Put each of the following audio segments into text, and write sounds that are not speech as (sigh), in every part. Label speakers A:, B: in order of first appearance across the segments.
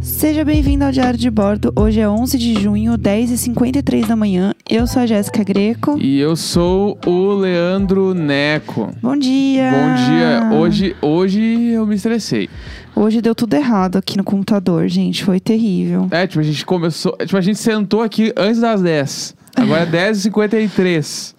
A: Seja bem-vindo ao Diário de Bordo. Hoje é 11 de junho, 10h53 da manhã. Eu sou a Jéssica Greco.
B: E eu sou o Leandro Neco.
A: Bom dia!
B: Bom
A: Ah.
B: dia. Hoje, hoje eu me estressei.
A: Hoje deu tudo errado aqui no computador, gente. Foi terrível.
B: É, tipo, a gente começou. Tipo, a gente sentou aqui antes das 10. Agora é 10h53.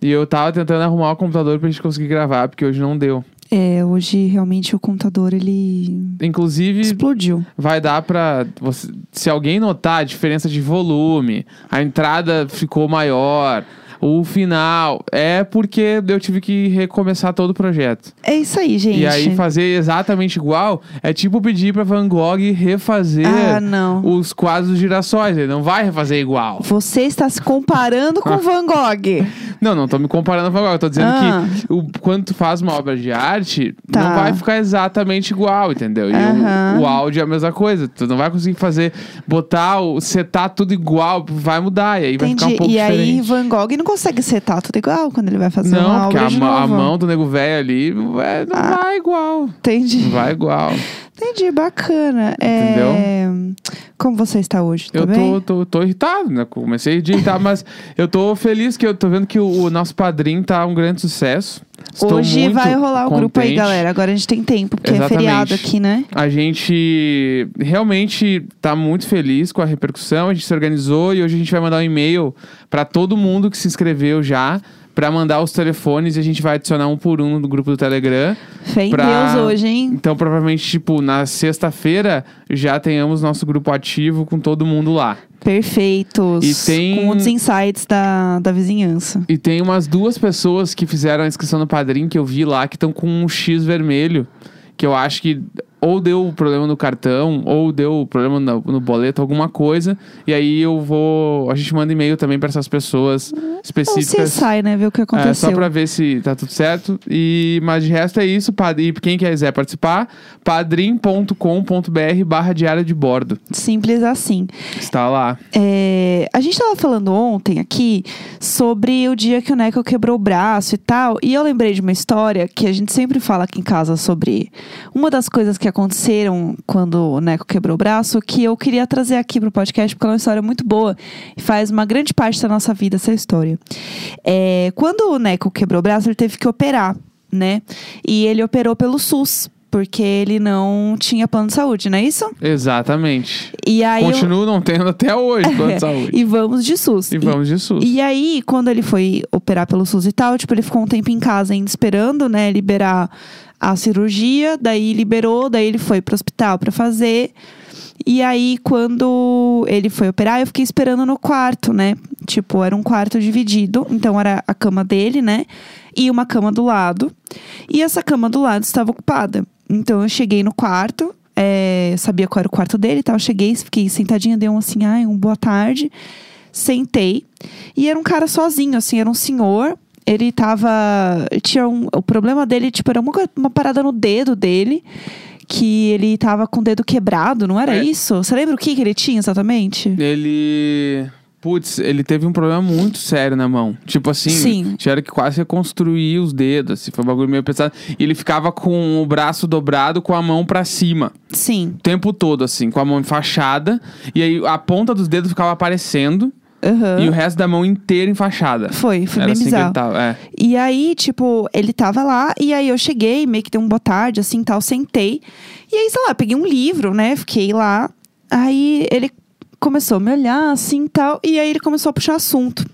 B: E eu tava tentando arrumar o computador pra gente conseguir gravar, porque hoje não deu.
A: É, hoje realmente o computador ele
B: Inclusive,
A: explodiu.
B: vai dar pra. Você, se alguém notar a diferença de volume, a entrada ficou maior, o final. É porque eu tive que recomeçar todo o projeto.
A: É isso aí, gente.
B: E aí fazer exatamente igual é tipo pedir pra Van Gogh refazer
A: Ah, não.
B: os quadros dos girassóis. Ele não vai refazer igual.
A: Você está se comparando
B: Ah.
A: com Van Gogh.
B: Não, não tô me comparando com Van Gogh. Eu tô dizendo
A: Ah.
B: que o, quando tu faz uma obra de arte,
A: Tá.
B: não vai ficar exatamente igual, entendeu? E o-
A: Aham.
B: o, áudio é a mesma coisa. Tu não vai conseguir fazer, botar, o, setar tudo igual, vai mudar. E aí vai ficar
A: Entendi.
B: um pouco
A: e aí
B: diferente.
A: Van Gogh não consegue setar tudo igual quando ele vai fazer
B: Não,
A: uma
B: porque
A: obra
B: a,
A: de
B: ma- a
A: novo. Ah.
B: mão do nego velho ali é, não vai igual.
A: Entendi.
B: Não vai igual.
A: Entendi, bacana. É, Como você está hoje? Tá
B: Eu
A: bem?
B: tô, tô, tô irritado, né? Comecei a
A: (laughs)
B: irritar, mas eu tô feliz que eu tô vendo que o, o nosso padrinho tá um grande sucesso. Estou
A: Hoje
B: muito
A: vai rolar o grupo aí,
B: contente.
A: galera. Agora a gente tem tempo, porque é
B: Exatamente.
A: feriado aqui, né?
B: A gente realmente tá muito feliz com a repercussão, a gente se organizou e hoje a gente vai mandar um e-mail pra todo mundo que se inscreveu já. Pra mandar os telefones e a gente vai adicionar um por um no grupo do Telegram.
A: Fé em
B: Pra-
A: Deus hoje, hein?
B: Então, provavelmente, tipo, na sexta-feira já tenhamos nosso grupo ativo com todo mundo lá.
A: Perfeitos.
B: E tem-
A: Com os insights da, da vizinhança.
B: E tem umas duas pessoas que fizeram a inscrição no Padrim que eu vi lá que estão com um X vermelho. Que eu acho que ou deu problema no cartão, ou deu problema no, no boleto, alguma coisa. E aí eu vou. A gente manda e-mail também pra essas pessoas
A: Uhum. Ou se
B: específicas.
A: sai, né? Ver Então, o que
B: É, só
A: aconteceu.
B: pra ver se tá tudo certo. E, mas de resto é isso. Pad- E quem quiser participar, padrim.com.br barra diária de bordo.
A: Simples assim.
B: Está lá.
A: É, a gente tava falando ontem aqui sobre o dia que o Neco quebrou o braço e tal. E eu lembrei de uma história que a gente sempre fala aqui em casa sobre uma das coisas que aconteceram quando o Neco quebrou o braço, que eu queria trazer aqui pro podcast, porque é uma história muito boa e faz uma grande parte da nossa vida essa história. É, quando o Neco quebrou o braço, ele teve que operar, né? E ele operou pelo SUS. Porque ele não tinha plano de saúde, não é isso?
B: Exatamente.
A: E aí. eu- É,
B: Continuo não tendo até hoje
A: (laughs)
B: plano de saúde.
A: E vamos de SUS.
B: E
A: E-
B: vamos de SUS.
A: e aí, quando ele foi operar pelo SUS e tal, tipo, ele ficou um tempo em casa ainda esperando, né, liberar a cirurgia, daí liberou, daí ele foi pro hospital pra fazer. E aí, quando ele foi operar, eu fiquei esperando no quarto, né? Tipo, era um quarto dividido, então era a cama dele, né? E uma cama do lado. E essa cama do lado estava ocupada. Então eu cheguei no quarto, é, eu sabia qual era o quarto dele e tal. Eu cheguei, fiquei sentadinha, dei um assim, ai, um boa tarde. Sentei. E era um cara sozinho, assim, era um senhor. Ele tava. Tinha um, o problema dele, tipo, era uma, co- uma parada no dedo dele. Que ele tava com o dedo quebrado, não era
B: É.
A: isso? Você lembra o que, que ele tinha exatamente?
B: Ele. Putz, ele teve um problema muito sério na mão. Tipo assim,
A: Sim.
B: tiveram que quase reconstruir os dedos. Assim, foi um bagulho meio pesado. E ele ficava com o braço dobrado com a mão pra cima.
A: Sim.
B: O tempo todo, assim, com a mão enfaixada. E aí a ponta dos dedos ficava aparecendo.
A: Aham.
B: E o resto da mão inteira enfaixada.
A: Foi, foi
B: Era
A: bem
B: assim que
A: bizarro.
B: ele tava. É.
A: E aí, tipo, ele tava lá, e aí eu cheguei, meio que dei um boa tarde, assim, tal, sentei. E aí, sei lá, peguei um livro, né? Fiquei lá. Aí ele começou a me olhar, assim, tal. E aí ele começou a puxar assunto.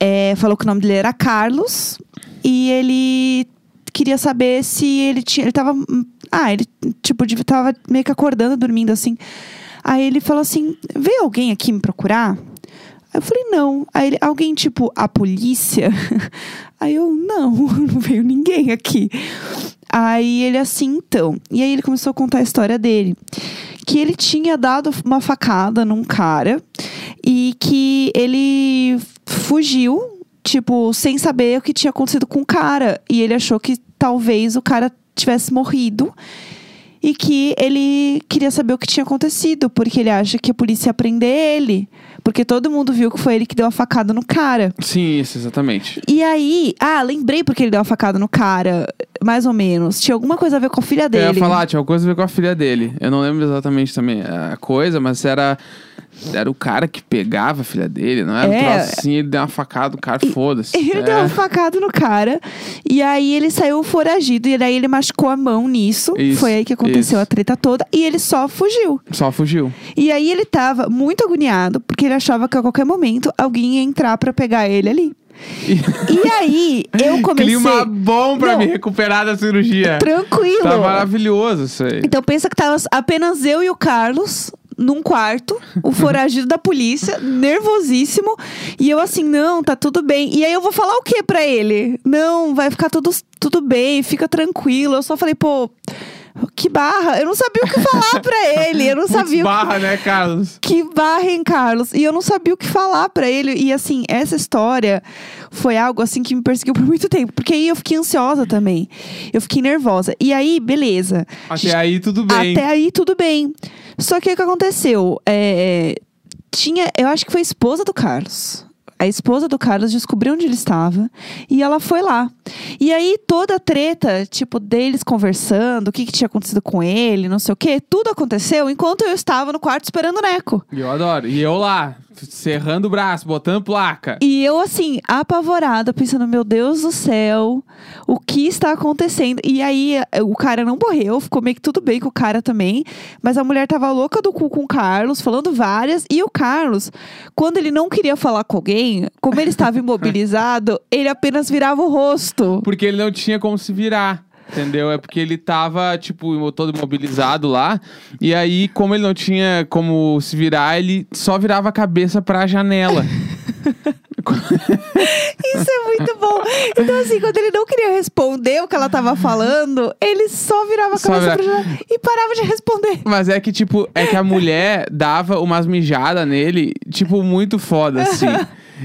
A: É, falou que o nome dele era Carlos. E ele queria saber se ele tinha... Ele tava... hum, Ah, ele, tipo, devia- tava meio que acordando, dormindo, assim. Aí ele falou assim, veio alguém aqui me procurar? Aí eu falei, não. Aí ele, alguém, tipo, a polícia? (laughs) Aí eu, não, (laughs) não veio ninguém aqui. Aí ele, assim, então. E aí ele começou a contar a história dele. Que ele tinha dado uma facada num cara e que ele fugiu, tipo, sem saber o que tinha acontecido com o cara. E ele achou que talvez o cara tivesse morrido e que ele queria saber o que tinha acontecido, porque ele acha que a polícia ia prender ele. Porque todo mundo viu que foi ele que deu a facada no cara.
B: Sim, isso, exatamente.
A: E aí, ah, lembrei porque ele deu a facada no cara. mais ou menos. Tinha alguma coisa a ver com a filha
B: Eu ia
A: dele. (laughs)
B: falar, tinha alguma coisa a ver com a filha dele. Eu não lembro exatamente também a coisa, mas era. Era o cara que pegava a filha dele, não era um
A: É.
B: troço assim, ele deu uma facada, o cara, foda-se.
A: Ele
B: É.
A: deu uma facada no cara. E aí ele saiu foragido. E daí ele machucou a mão nisso.
B: Isso,
A: Foi aí que aconteceu
B: isso.
A: a treta toda. E ele só fugiu.
B: Só fugiu.
A: E aí ele tava muito agoniado, porque ele achava que a qualquer momento alguém ia entrar pra pegar ele ali. E aí eu comecei.
B: (laughs) Clima bom pra
A: Não.
B: me recuperar da cirurgia.
A: Tranquilo.
B: Tá maravilhoso isso aí.
A: Então pensa que tava apenas eu e o Carlos num quarto, o foragido da polícia, nervosíssimo, e eu assim, não, tá tudo bem. E aí eu vou falar o que pra ele? Não, vai ficar tudo tudo bem, fica tranquilo. Eu só falei, pô, que barra. Eu não sabia o que falar pra ele. Eu não
B: Putz,
A: sabia o que
B: barra, né, Carlos?
A: que barra, hein, Carlos? E eu não sabia o que falar pra ele. E assim, essa história foi algo assim que me perseguiu por muito tempo. Porque aí eu fiquei ansiosa também. Eu fiquei nervosa. E aí, beleza.
B: Até aí tudo bem.
A: Até aí, tudo bem. Só que o que aconteceu? É, tinha. Eu acho que foi a esposa do Carlos. A esposa do Carlos descobriu onde ele estava e ela foi lá. E aí, toda a treta, tipo, deles conversando, o que, que tinha acontecido com ele, não sei o quê, tudo aconteceu enquanto eu estava no quarto esperando o Neco.
B: E eu adoro. E eu lá, serrando o braço, botando placa.
A: E eu, assim, apavorada, pensando, meu Deus do céu, o que está acontecendo? E aí, eh, o cara não morreu, ficou meio que tudo bem com o cara também. Mas a mulher tava louca do cu com o Carlos, falando várias. E o Carlos, quando ele não queria falar com alguém, como ele estava (laughs) imobilizado, ele apenas virava o rosto.
B: Porque ele não tinha como se virar. Entendeu? É porque ele tava, tipo, todo imobilizado lá. E aí, como ele não tinha como se virar, ele só virava a cabeça pra janela.
A: Isso é muito bom. Então, assim, quando ele não queria responder o que ela tava falando, ele só virava a
B: Só
A: cabeça
B: vira-
A: pra janela e parava de responder.
B: Mas é que, tipo, é que a mulher dava umas mijadas nele, tipo, muito foda, assim.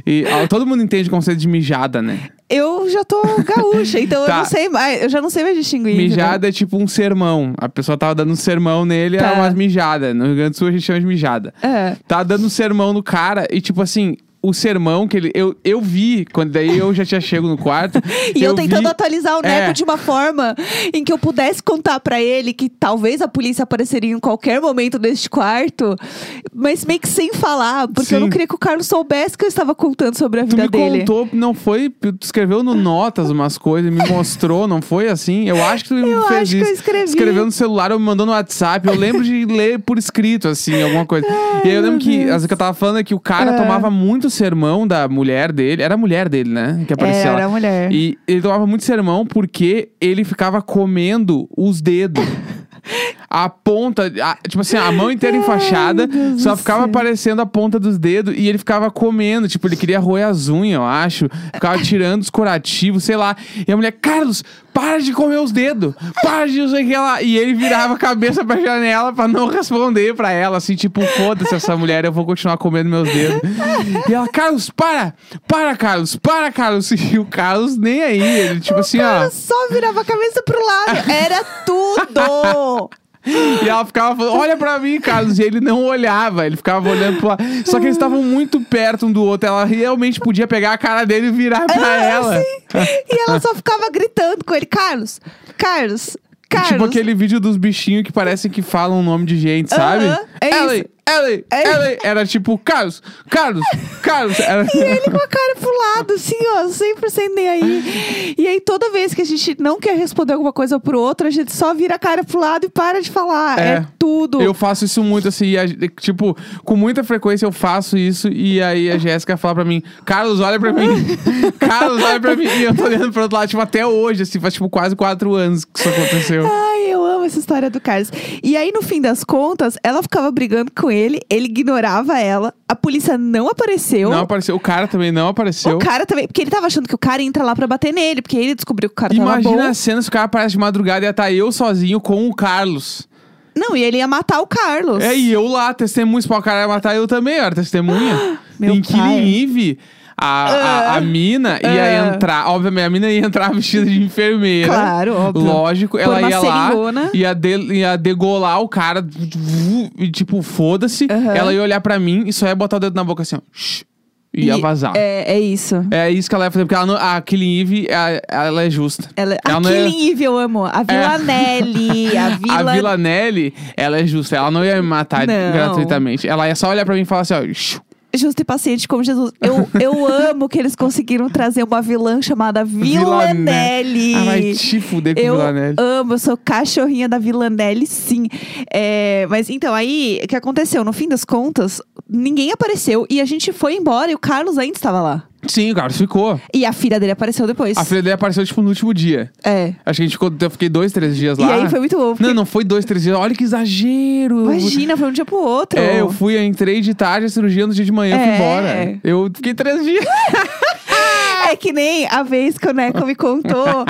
B: E ó, todo mundo entende o conceito de mijada, né?
A: Eu já tô gaúcha, então eu
B: Tá.
A: não sei mais, eu já não sei mais distinguir.
B: Mijada é tipo um sermão. A pessoa tava dando um sermão nele,
A: Tá.
B: era umas mijadas. No Rio Grande do Sul a gente chama de mijada.
A: entendeu? É.
B: Tá dando um sermão no cara e, tipo assim, o sermão que ele. Eu, eu vi, quando daí eu já tinha chego no quarto.
A: (laughs) E eu,
B: vi-
A: tentando atualizar o Neco
B: É.
A: de uma forma em que eu pudesse contar pra ele que talvez a polícia apareceria em qualquer momento deste quarto, mas meio que sem falar, porque eu não
B: Sim.
A: queria que o Carlos soubesse que eu estava contando sobre a
B: Tu
A: vida
B: me
A: dele.
B: contou, não foi? Tu escreveu no Notas umas coisas, me mostrou, não foi assim? Eu acho que tu
A: (laughs)
B: me
A: Eu
B: fez
A: acho que
B: isso.
A: eu escrevi.
B: Escreveu no celular ou me mandou no WhatsApp. Eu lembro de ler por escrito, assim,
A: (laughs)
B: alguma coisa. e aí eu lembro
A: meu
B: que,
A: Deus.
B: as que eu tava falando é que o cara
A: É.
B: tomava muito sermão da mulher dele. Era a mulher dele, né? Que aparecia
A: É, Era
B: lá.
A: a mulher.
B: E ele tomava muito sermão porque ele ficava comendo
A: (laughs)
B: os dedos. A ponta, a- tipo assim, a mão inteira enfaixada,
A: meu Deus
B: só
A: do
B: ficava
A: céu.
B: aparecendo a ponta dos dedos e ele ficava comendo. Tipo, ele queria roer as unhas, eu acho. Ficava tirando os curativos, sei lá. E a mulher, Carlos, para de comer os dedos. Para de não sei o que lá. E ele virava a cabeça pra janela pra não responder pra ela, assim, tipo, foda-se essa mulher, eu vou continuar comendo meus dedos. E ela, Carlos, para! Para, Carlos, para, Carlos. (laughs) E o Carlos nem aí. Ele, tipo assim, ó.
A: Ela só virava a cabeça pro lado. Era
B: (laughs)
A: tudo!
B: E ela ficava falando, olha pra mim, Carlos. E ele não olhava, ele ficava olhando pro lado. Só que eles estavam muito perto um do outro. Ela realmente podia pegar a cara dele e virar pra
A: Ah,
B: ela.
A: assim. e ela só ficava gritando com ele: Carlos, Carlos, Carlos.
B: Tipo aquele vídeo dos bichinhos que parecem que falam o nome de gente, sabe?
A: Aham, é
B: Ellen,
A: isso.
B: Ellen,
A: É isso.
B: Ellen. Era tipo, Carlos, Carlos, Carlos. Era...
A: E ele com a cara pro lado, assim, ó, 100% nem aí. E aí, toda vez que a gente não quer responder alguma coisa pro outro, a gente só vira a cara pro lado e para de falar. É,
B: É.
A: tudo.
B: Eu faço isso muito, assim, e a- tipo, com muita frequência eu faço isso, e aí a Jéssica fala pra mim, Carlos, olha pra mim,
A: (laughs)
B: Carlos, olha pra mim, e eu tô olhando pro outro lado, tipo, até hoje, assim, faz, tipo, quase quatro anos que isso aconteceu.
A: Ai, eu amo essa história do Carlos. E aí, no fim das contas, ela ficava brigando com ele, ele ignorava ela, a polícia não apareceu.
B: Não apareceu, o cara também não apareceu.
A: o cara também, porque ele tava achando que o cara entra lá pra bater nele, porque ele descobriu que o cara tava
B: Imagina
A: bom.
B: a cena se o cara aparece de madrugada e ia tá eu sozinho com o Carlos.
A: Não, e ele ia matar o Carlos.
B: É, e eu lá, testemunha, se o cara ia matar eu também, eu era testemunha.
A: (gasps) Meu
B: em
A: pai.
B: Killing Eve, a, a, a mina ia
A: Ah.
B: entrar, obviamente, a mina ia entrar (laughs) vestida de enfermeira.
A: Claro, óbvio.
B: Lógico,
A: Pôr
B: ela
A: uma
B: ia lá,
A: seringona.
B: ia, de, ia degolar o cara, vu, e tipo, foda-se.
A: Aham.
B: Ela ia olhar pra mim e só ia botar o dedo na boca assim, ó. shh, ia vazar. É...
A: É, é isso.
B: isso que ela ia fazer, porque ela não- a Killing Eve, a- ela é justa.
A: Ela,
B: Ela
A: a
B: não é-
A: Killing Eve eu amo. A Vila
B: (laughs)
A: Nelly, a Vila...
B: A Vila Nelly, ela é justa. Ela não ia me matar
A: Não.
B: gratuitamente. Ela ia só olhar pra mim e falar assim, ó... "Shh,
A: Justo e paciente como Jesus. Eu,
B: (laughs)
A: eu amo que eles conseguiram trazer uma vilã chamada Vila,
B: Vila Ne-
A: Nelly.
B: Ah, vai te fuder com
A: Eu
B: Vila Nelly.
A: amo, eu sou cachorrinha da Villanelli, sim. É, mas então, aí, o que aconteceu? No fim das contas, ninguém apareceu e a gente foi embora e o Carlos ainda estava lá.
B: Sim, o Carlos ficou.
A: E a filha dele apareceu depois.
B: A filha dele apareceu, tipo, no último dia.
A: É.
B: Acho que a gente ficou... Eu fiquei dois, três dias
A: E
B: lá.
A: aí foi muito bom. porque-
B: Não, não foi dois, três dias. Olha que exagero.
A: Imagina, foi um dia pro outro.
B: É, eu fui, eu entrei de tarde, a cirurgia no dia de manhã, eu fui
A: É.
B: embora. Eu fiquei três dias.
A: É que nem a vez que o Neco me
B: (laughs)
A: contou.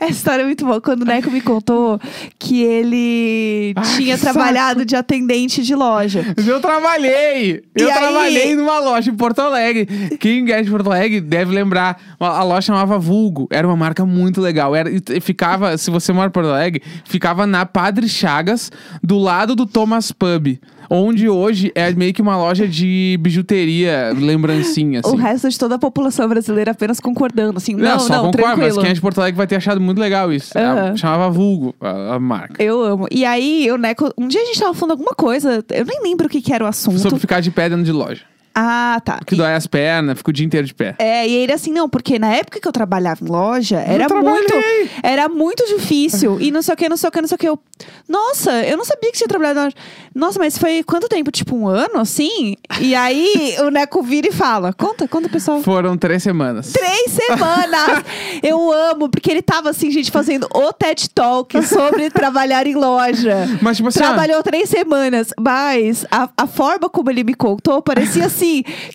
A: Essa história é muito boa. Quando o Neco me contou que ele
B: Ai,
A: tinha
B: que saco.
A: trabalhado de atendente de loja.
B: Eu trabalhei!
A: E
B: eu
A: aí?
B: trabalhei numa loja em Porto Alegre. Quem é de Porto Alegre deve lembrar. A a loja chamava Vulgo. Era uma marca muito legal. Era, e ficava, se você mora em Porto Alegre, ficava na Padre Chagas, do lado do Thomas Pub. Onde hoje é meio que uma loja de bijuteria, lembrancinha, assim.
A: O resto de toda a população brasileira apenas concordando, assim, não,
B: só
A: não,
B: concordo, mas
A: tranquilo.
B: quem é de Porto Alegre vai ter achado muito legal isso. É,
A: Aham.
B: Chamava Vulgo a, a marca.
A: Eu amo. E aí, o Neco. Um dia a gente tava falando alguma coisa, eu nem lembro o que, que era o assunto.
B: Sobre ficar de pé dentro de loja.
A: Ah, tá.
B: Que dói as pernas, fica o dia inteiro de pé.
A: É, e ele assim, não, porque na época que eu trabalhava em loja, era
B: trabalhei!
A: muito, era muito difícil. E não sei o que, não sei o que, não sei o que. Eu, nossa, eu não sabia que tinha trabalhado na loja. Nossa, mas foi quanto tempo? Tipo um ano, assim? E aí (laughs) o Neco vira e fala: conta, conta, pessoal.
B: Foram três semanas.
A: Três
B: (laughs)
A: semanas! Eu amo, porque ele tava assim, gente, fazendo o TED Talk sobre trabalhar em loja.
B: Mas, tipo assim, ó,
A: Trabalhou três semanas, mas a, a forma como ele me contou
B: (laughs)
A: parecia assim,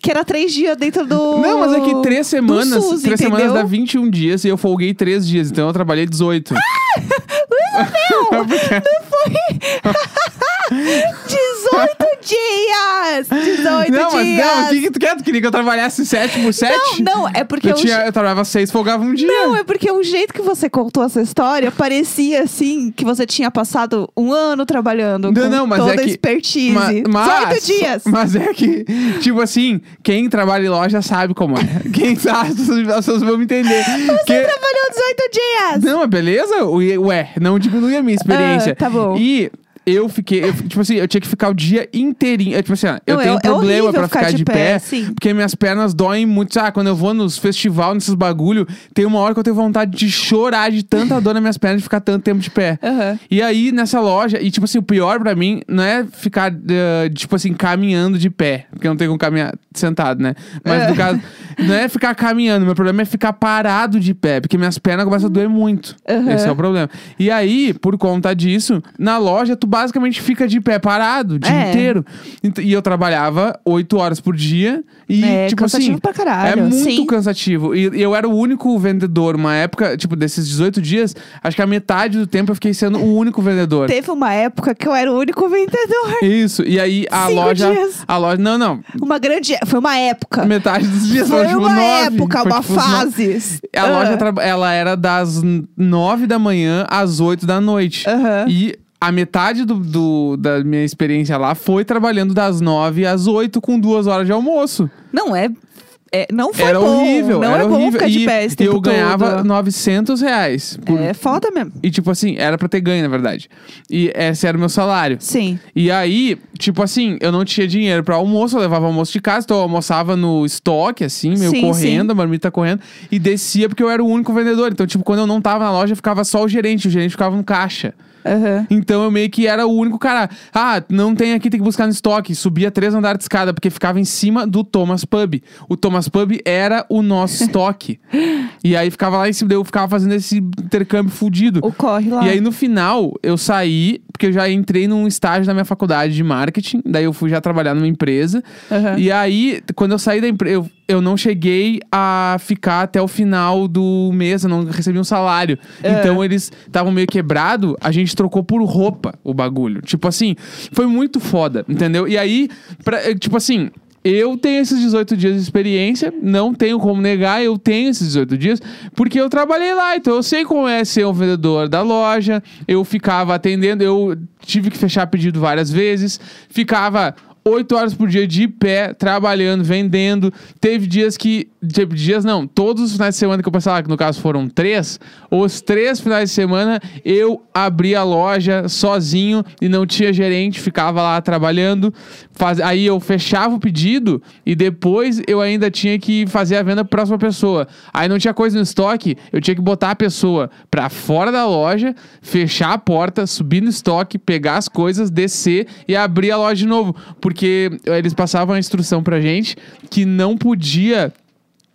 A: que era três dias dentro do.
B: Não, mas é que três
A: do
B: semanas.
A: SUS,
B: três
A: entendeu?
B: semanas dá 21 dias e eu folguei três dias, então eu trabalhei 18.
A: Não, não foi!
B: (laughs)
A: 18 dias! 18
B: não, mas
A: dias!
B: não, o que, que tu quer? Tu queria que eu trabalhasse 7 por 7?
A: não, não, é porque
B: eu,
A: eu.
B: tinha, eu trabalhava seis, folgava um dia.
A: Não, é porque o jeito que você contou essa história parecia assim que você tinha passado um ano trabalhando
B: Não,
A: com
B: não, mas
A: toda
B: é
A: a
B: que-
A: expertise.
B: Ma- mas-
A: 18 dias.
B: Mas é que, tipo assim, quem trabalha em loja sabe como é. Quem sabe, as pessoas vão me entender.
A: Você
B: Que-
A: trabalhou 18 dias.
B: Não, mas beleza? Ui- Ué, não diminui a minha experiência.
A: Ah, tá bom.
B: E eu fiquei, eu- tipo assim, eu tinha que ficar o dia inteirinho. Eu, tipo assim, ó, eu
A: Não, é-
B: tenho
A: é
B: problema
A: horrível
B: pra ficar, de, pé,
A: sim.
B: porque minhas pernas doem muito. Ah, quando eu vou nos festival, nesses bagulho, tem uma hora que eu tenho vontade de chorar de tanta dor nas minhas pernas de ficar tanto tempo de pé.
A: Aham.
B: E aí, nessa loja, e tipo assim, o pior pra mim não é ficar, eh, tipo assim, caminhando de pé. Porque eu não tenho como caminhar sentado, né? Mas no caso, não é ficar caminhando. Meu problema é ficar parado de pé. Porque minhas pernas começam a doer muito.
A: Aham.
B: Esse é o problema. E aí, por conta disso, na loja, tu basicamente fica de pé parado o dia
A: É.
B: inteiro. Ent- E eu trabalhava oito horas por dia. E,
A: É,
B: tipo
A: cansativo
B: assim,
A: pra caralho,
B: é muito
A: sim.
B: cansativo. E e eu era o único vendedor, uma época, tipo, desses 18 dias, acho que a metade do tempo eu fiquei sendo o único vendedor.
A: Teve uma época que eu era o único
B: (laughs)
A: vendedor.
B: Isso, e aí a
A: Cinco
B: loja.
A: dias.
B: A loja. Não, não.
A: Uma grande. é- Foi uma época.
B: Metade dos dias
A: Foi
B: foram, tipo,
A: uma
B: nove,
A: época,
B: foi,
A: uma
B: tipo, os no-
A: fase.
B: A
A: Ah.
B: loja traba- ela era das 9 da manhã às 8 da noite.
A: Aham.
B: E a metade do, do- da minha experiência lá foi trabalhando das 9 às 8 com duas horas de almoço.
A: Não é. é- não foi
B: tá- era
A: bom.
B: horrível.
A: não
B: era
A: é bom
B: horrível.
A: ficar
B: e
A: de pé esse tempo
B: eu ganhava
A: todo.
B: 900 reais. por-
A: É foda mesmo.
B: E tipo assim, era pra ter ganho, na verdade. E esse era o meu salário.
A: Sim.
B: E aí, tipo assim, eu não tinha dinheiro pra almoço, eu levava almoço de casa, então eu almoçava no estoque, assim, meio
A: Sim,
B: correndo, a marmita correndo, e descia porque eu era o único vendedor. Então, tipo, quando eu não tava na loja, ficava só o gerente, o gerente ficava no caixa.
A: Aham.
B: Então eu meio que era o único cara. Ah, não tem aqui, tem que buscar no estoque. Subia três andares de escada, porque ficava em cima do Thomas Pub. O Thomas Pub era o nosso estoque. E aí ficava lá em cima, daí eu ficava fazendo esse intercâmbio fudido.
A: O corre lá.
B: E aí, no final, eu saí, porque eu já entrei num estágio da minha faculdade de marketing. Daí eu fui já trabalhar numa empresa.
A: Aham.
B: E aí, quando eu saí da empresa, eu, eu não cheguei a ficar até o final do mês, eu não recebi um salário. Então eles estavam meio quebrado, a gente trocou por roupa o bagulho. Tipo assim, foi muito foda, entendeu? E aí, pra- eh, tipo assim. Eu tenho esses 18 dias de experiência, não tenho como negar, eu tenho esses 18 dias, porque eu trabalhei lá, então eu sei como é ser um vendedor da loja, eu ficava atendendo, eu tive que fechar pedido várias vezes, ficava oito horas por dia de pé, trabalhando, vendendo. Teve dias que. Teve dias não, todos os finais de semana que eu passava, que no caso foram três, os três finais de semana eu abri a loja sozinho e não tinha gerente, ficava lá trabalhando. Faz... Aí eu fechava o pedido e depois eu ainda tinha que fazer a venda pra próxima pessoa. Aí não tinha coisa no estoque, eu tinha que botar a pessoa pra fora da loja, fechar a porta, subir no estoque, pegar as coisas, descer e abrir a loja de novo. Porque eh, eles passavam a instrução pra gente que não podia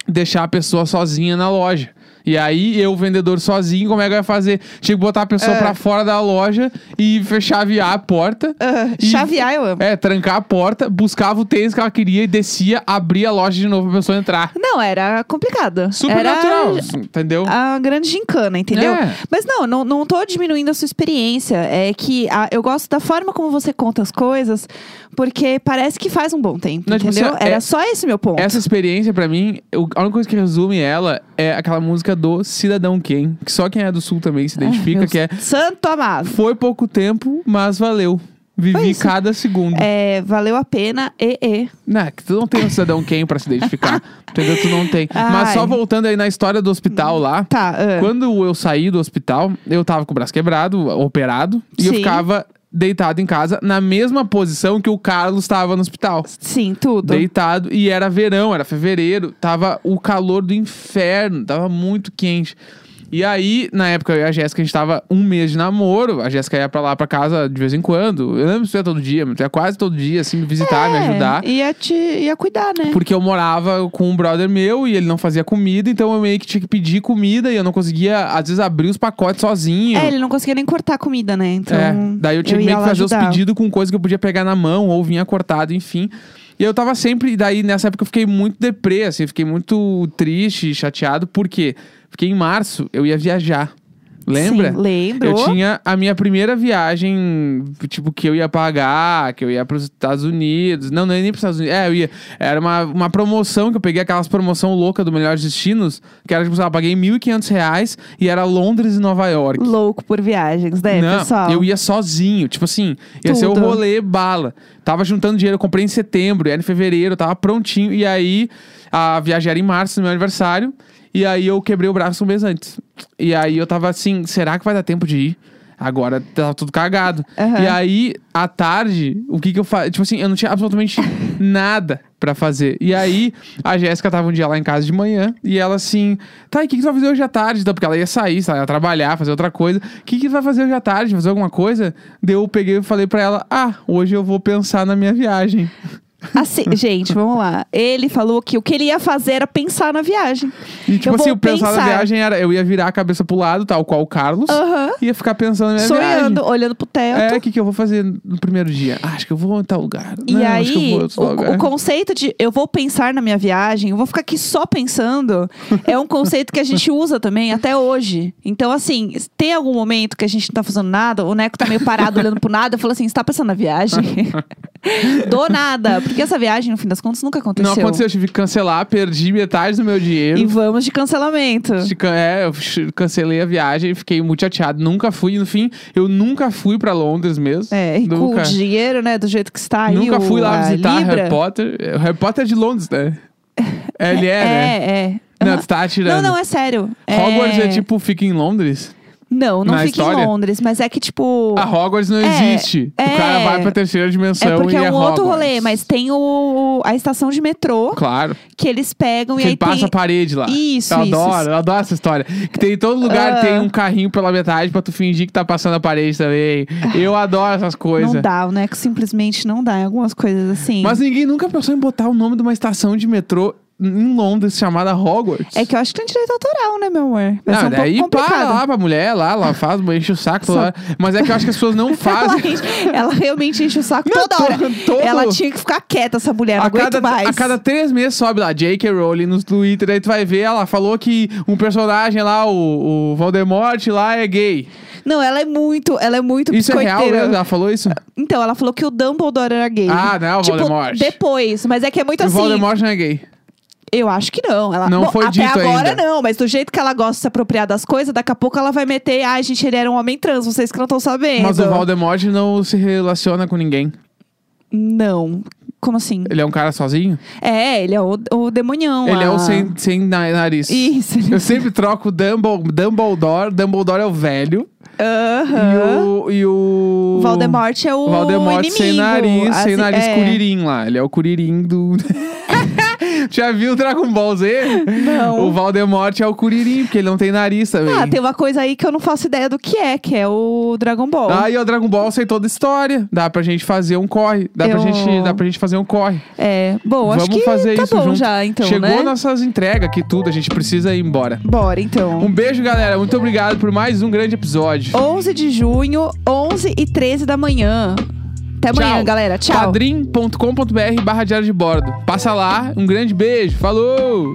B: deixar a pessoa sozinha na loja. E aí, eu, vendedor sozinho, como é que vai fazer? Tinha que botar a
A: É.
B: pessoa pra fora da loja e fechar a porta.
A: Ah,
B: E-
A: chavear eu amo.
B: É, trancar a porta, buscava o tênis que ela queria e descia, abria a loja de novo pra pessoa entrar.
A: Não, era complicado.
B: Super
A: era
B: natural, entendeu?
A: A grande gincana, entendeu?
B: É.
A: Mas não, não, não tô diminuindo a sua experiência. É que a- eu gosto da forma como você conta as coisas, porque parece que faz um bom tempo,
B: Não, tipo,
A: entendeu?
B: você-
A: Era
B: é-
A: só esse meu ponto.
B: Essa experiência, pra mim, o- a única coisa que resume ela é aquela música do Cidadão Quem, que só quem é do Sul também se
A: Ah,
B: identifica,
A: meu
B: que é
A: Santo amado.
B: Foi pouco tempo, mas valeu.
A: Foi
B: Vivi
A: isso.
B: cada segundo.
A: É, valeu a pena, e, e.
B: Não, que tu não tem um cidadão quem pra se identificar.
A: (laughs)
B: entendeu? Tu não tem. Mas
A: Ai.
B: só voltando aí na história do hospital lá.
A: Tá, ah,
B: Quando eu saí do hospital, eu tava com o braço quebrado, operado, e eu
A: Sim.
B: ficava deitado em casa, na mesma posição que o Carlos tava no hospital.
A: sim, tudo.
B: Deitado, e era verão, era fevereiro, tava o calor do inferno, tava muito quente. E aí, na época, eu e a Jéssica, a gente tava um mês de namoro, a Jéssica ia pra lá pra casa de vez em quando. Eu não lembro se era todo dia, mas era quase todo dia, assim, me visitar, me
A: É,
B: ajudar.
A: Ia, te, ia cuidar, né?
B: Porque eu morava com um brother meu e ele não fazia comida, então eu meio que tinha que pedir comida e eu não conseguia, às vezes, abrir os pacotes sozinho.
A: É, ele não conseguia nem cortar a comida, né? Então,
B: É, daí eu tinha que
A: ia
B: meio que
A: lá
B: fazer
A: ajudar.
B: os pedidos com coisa que eu podia pegar na mão ou vinha cortado, enfim. E eu tava sempre, e daí nessa época eu fiquei muito deprê, assim, fiquei muito triste, chateado, porque porque em março eu ia viajar. Lembra?
A: Sim, lembro.
B: Eu tinha a minha primeira viagem, tipo, que eu ia pagar, que eu ia para os Estados Unidos. Não, não ia nem para os Estados Unidos. É, eu ia. Era uma, uma promoção que eu peguei, aquelas promoção louca do Melhores Destinos, que era, tipo, sei lá, eu paguei 1.500 reais e era Londres e Nova York.
A: Louco por viagens, né,
B: não,
A: pessoal?
B: eu ia sozinho. Tipo assim, ia ser o
A: Tudo.
B: rolê bala. Tava juntando dinheiro, eu comprei em setembro, era em fevereiro, tava prontinho. E aí, a viagem era em março, no meu aniversário. E aí, eu quebrei o braço um mês antes. E aí, eu tava assim, será que vai dar tempo de ir? Agora tá tudo cagado.
A: Aham.
B: E aí, à tarde, o que que eu faço? Tipo assim, eu não
A: (laughs)
B: tinha absolutamente nada pra fazer. E aí, a Jéssica tava um dia lá em casa de manhã e ela assim, tá, e o que, que tu vai fazer hoje à tarde? Então, porque ela ia sair, sabe, ela ia trabalhar, fazer outra coisa. O que, que tu vai fazer hoje à tarde? Fazer alguma coisa? Daí eu peguei e falei pra ela, ah, hoje eu vou pensar na minha viagem.
A: Assim, gente, vamos lá. Ele falou que o que ele ia fazer era pensar na viagem.
B: E tipo
A: eu
B: assim,
A: vou
B: o pensar, na
A: pensar.
B: viagem era, eu ia virar a cabeça pro lado, tal qual o Carlos,
A: Aham.
B: ia ficar pensando na minha viagem.
A: Sonhando, olhando pro teto.
B: É, o que, que eu vou fazer no primeiro dia? Ah, acho que eu vou em tal lugar.
A: E
B: Não, acho que eu
A: aí,
B: vou em outro lugar.
A: o, o conceito de eu vou pensar na minha viagem, eu vou ficar aqui só
B: (laughs)
A: pensando, é um conceito que a gente usa também até hoje. Então, assim, se tem algum momento que a gente não tá fazendo nada, o Neco tá meio parado olhando pro nada, eu falo assim: você tá pensando na viagem?
B: (laughs)
A: Do nada. Porque essa viagem, no fim das contas, nunca aconteceu.
B: Não aconteceu, eu tive que cancelar, perdi metade do meu
A: E
B: dinheiro.
A: vamos de cancelamento.
B: De can- É, eu ch- cancelei a viagem, fiquei muito chateado. Nunca fui, no fim, eu nunca fui pra Londres mesmo.
A: É, e com o
B: nunca,
A: dinheiro, né, do jeito que está aí.
B: nunca
A: o-
B: fui lá
A: a
B: visitar
A: Libra.
B: Harry Potter. É, O Harry Potter é de
A: (laughs)
B: Londres, né? Ele é, né?
A: É, é.
B: Não,
A: Aham.
B: tu tá
A: Não,
B: tirando.
A: não, é sério.
B: Hogwarts é... tipo, fica em Londres.
A: Não, não
B: na
A: fica
B: história?
A: em Londres, mas é que, tipo.
B: A Hogwarts não existe.
A: é.
B: O cara vai pra terceira dimensão
A: é porque
B: e
A: é um
B: é
A: outro
B: Hogwarts.
A: rolê, mas tem o, a estação de metrô
B: Claro.
A: que eles pegam
B: Que
A: e
B: ele
A: aí
B: passa
A: tem.
B: a parede lá.
A: Isso,
B: eu
A: isso,
B: adoro,
A: isso.
B: eu adoro essa história. Que tem em todo lugar,
A: Ah.
B: tem um carrinho pela metade pra tu fingir que tá passando a parede também. Eu adoro essas coisas.
A: Não dá, o Neco simplesmente não dá. Em algumas coisas assim.
B: Mas ninguém nunca pensou em botar o nome de uma estação de metrô em Londres chamada Hogwarts.
A: É que eu acho que tem direito autoral, né, meu amor? Vai ser
B: não,
A: um
B: daí
A: pouco
B: para
A: complicado.
B: lá pra mulher, lá, lá faz, enche o saco.
A: Só-
B: Lá. Mas é que eu acho que as pessoas não
A: (laughs) (laughs) Ela,
B: fazem.
A: enche- ela realmente enche o saco
B: Não,
A: toda
B: to-
A: hora.
B: todo-
A: Ela tinha que ficar quieta, essa mulher. Não
B: A
A: aguento
B: cada,
A: mais.
B: a cada três meses sobe lá, J.K. Rowling no Twitter, aí tu vai ver, ela falou que um personagem lá, o, o Voldemort lá é gay.
A: Não, ela é muito, ela é muito
B: Isso é real, né?
A: biscoiteira.
B: Ela falou isso?
A: Então, ela falou que o Dumbledore era gay.
B: Ah, não, o
A: tipo,
B: Voldemort.
A: Depois, mas é que é muito
B: o
A: assim.
B: Voldemort não é gay.
A: Eu acho que não. Ela,
B: Não
A: Bom,
B: foi
A: até
B: dito
A: agora
B: ainda.
A: não, mas do jeito que ela gosta de se apropriar das coisas, daqui a pouco ela vai meter. Ai, gente, ele era um homem trans, vocês que não estão sabendo.
B: Mas o Voldemort não se relaciona com ninguém.
A: Não. Como assim?
B: Ele é um cara sozinho?
A: É, ele é o, o demonhão.
B: Ele é
A: a-
B: o sem, sem na- nariz.
A: Isso. ele-
B: (laughs) Eu sempre troco o Dumbledore. Dumbledore, Dumbledore é o velho.
A: Aham.
B: E o. E o...
A: Voldemort é o
B: Voldemort
A: inimigo.
B: sem nariz, sem
A: Assim,
B: nariz
A: é.
B: curirim lá. Ele é o curirim do. (laughs) Já viu o Dragon Ball Z?
A: Não.
B: O Voldemort é o curirim, porque ele não tem nariz também.
A: Ah, tem uma coisa aí que eu não faço ideia do que é, que é o Dragon Ball.
B: Aí o Dragon Ball sei toda a história. Dá pra gente fazer um corre. Dá, pra,
A: Eu-
B: gente, dá pra gente fazer um corre.
A: É, bom,
B: Vamos
A: acho que
B: fazer
A: tá
B: isso
A: bom
B: junto.
A: já, então,
B: Chegou
A: né?
B: nossas entregas aqui, tudo. A gente precisa ir embora.
A: Bora, então.
B: Um beijo, galera. Muito obrigado por mais um grande episódio.
A: 11 de junho, 11 e 13 da manhã. Até amanhã,
B: Tchau.
A: galera. Tchau.
B: Padrim.com.br barra diário de bordo. Passa lá. Um grande beijo. Falou!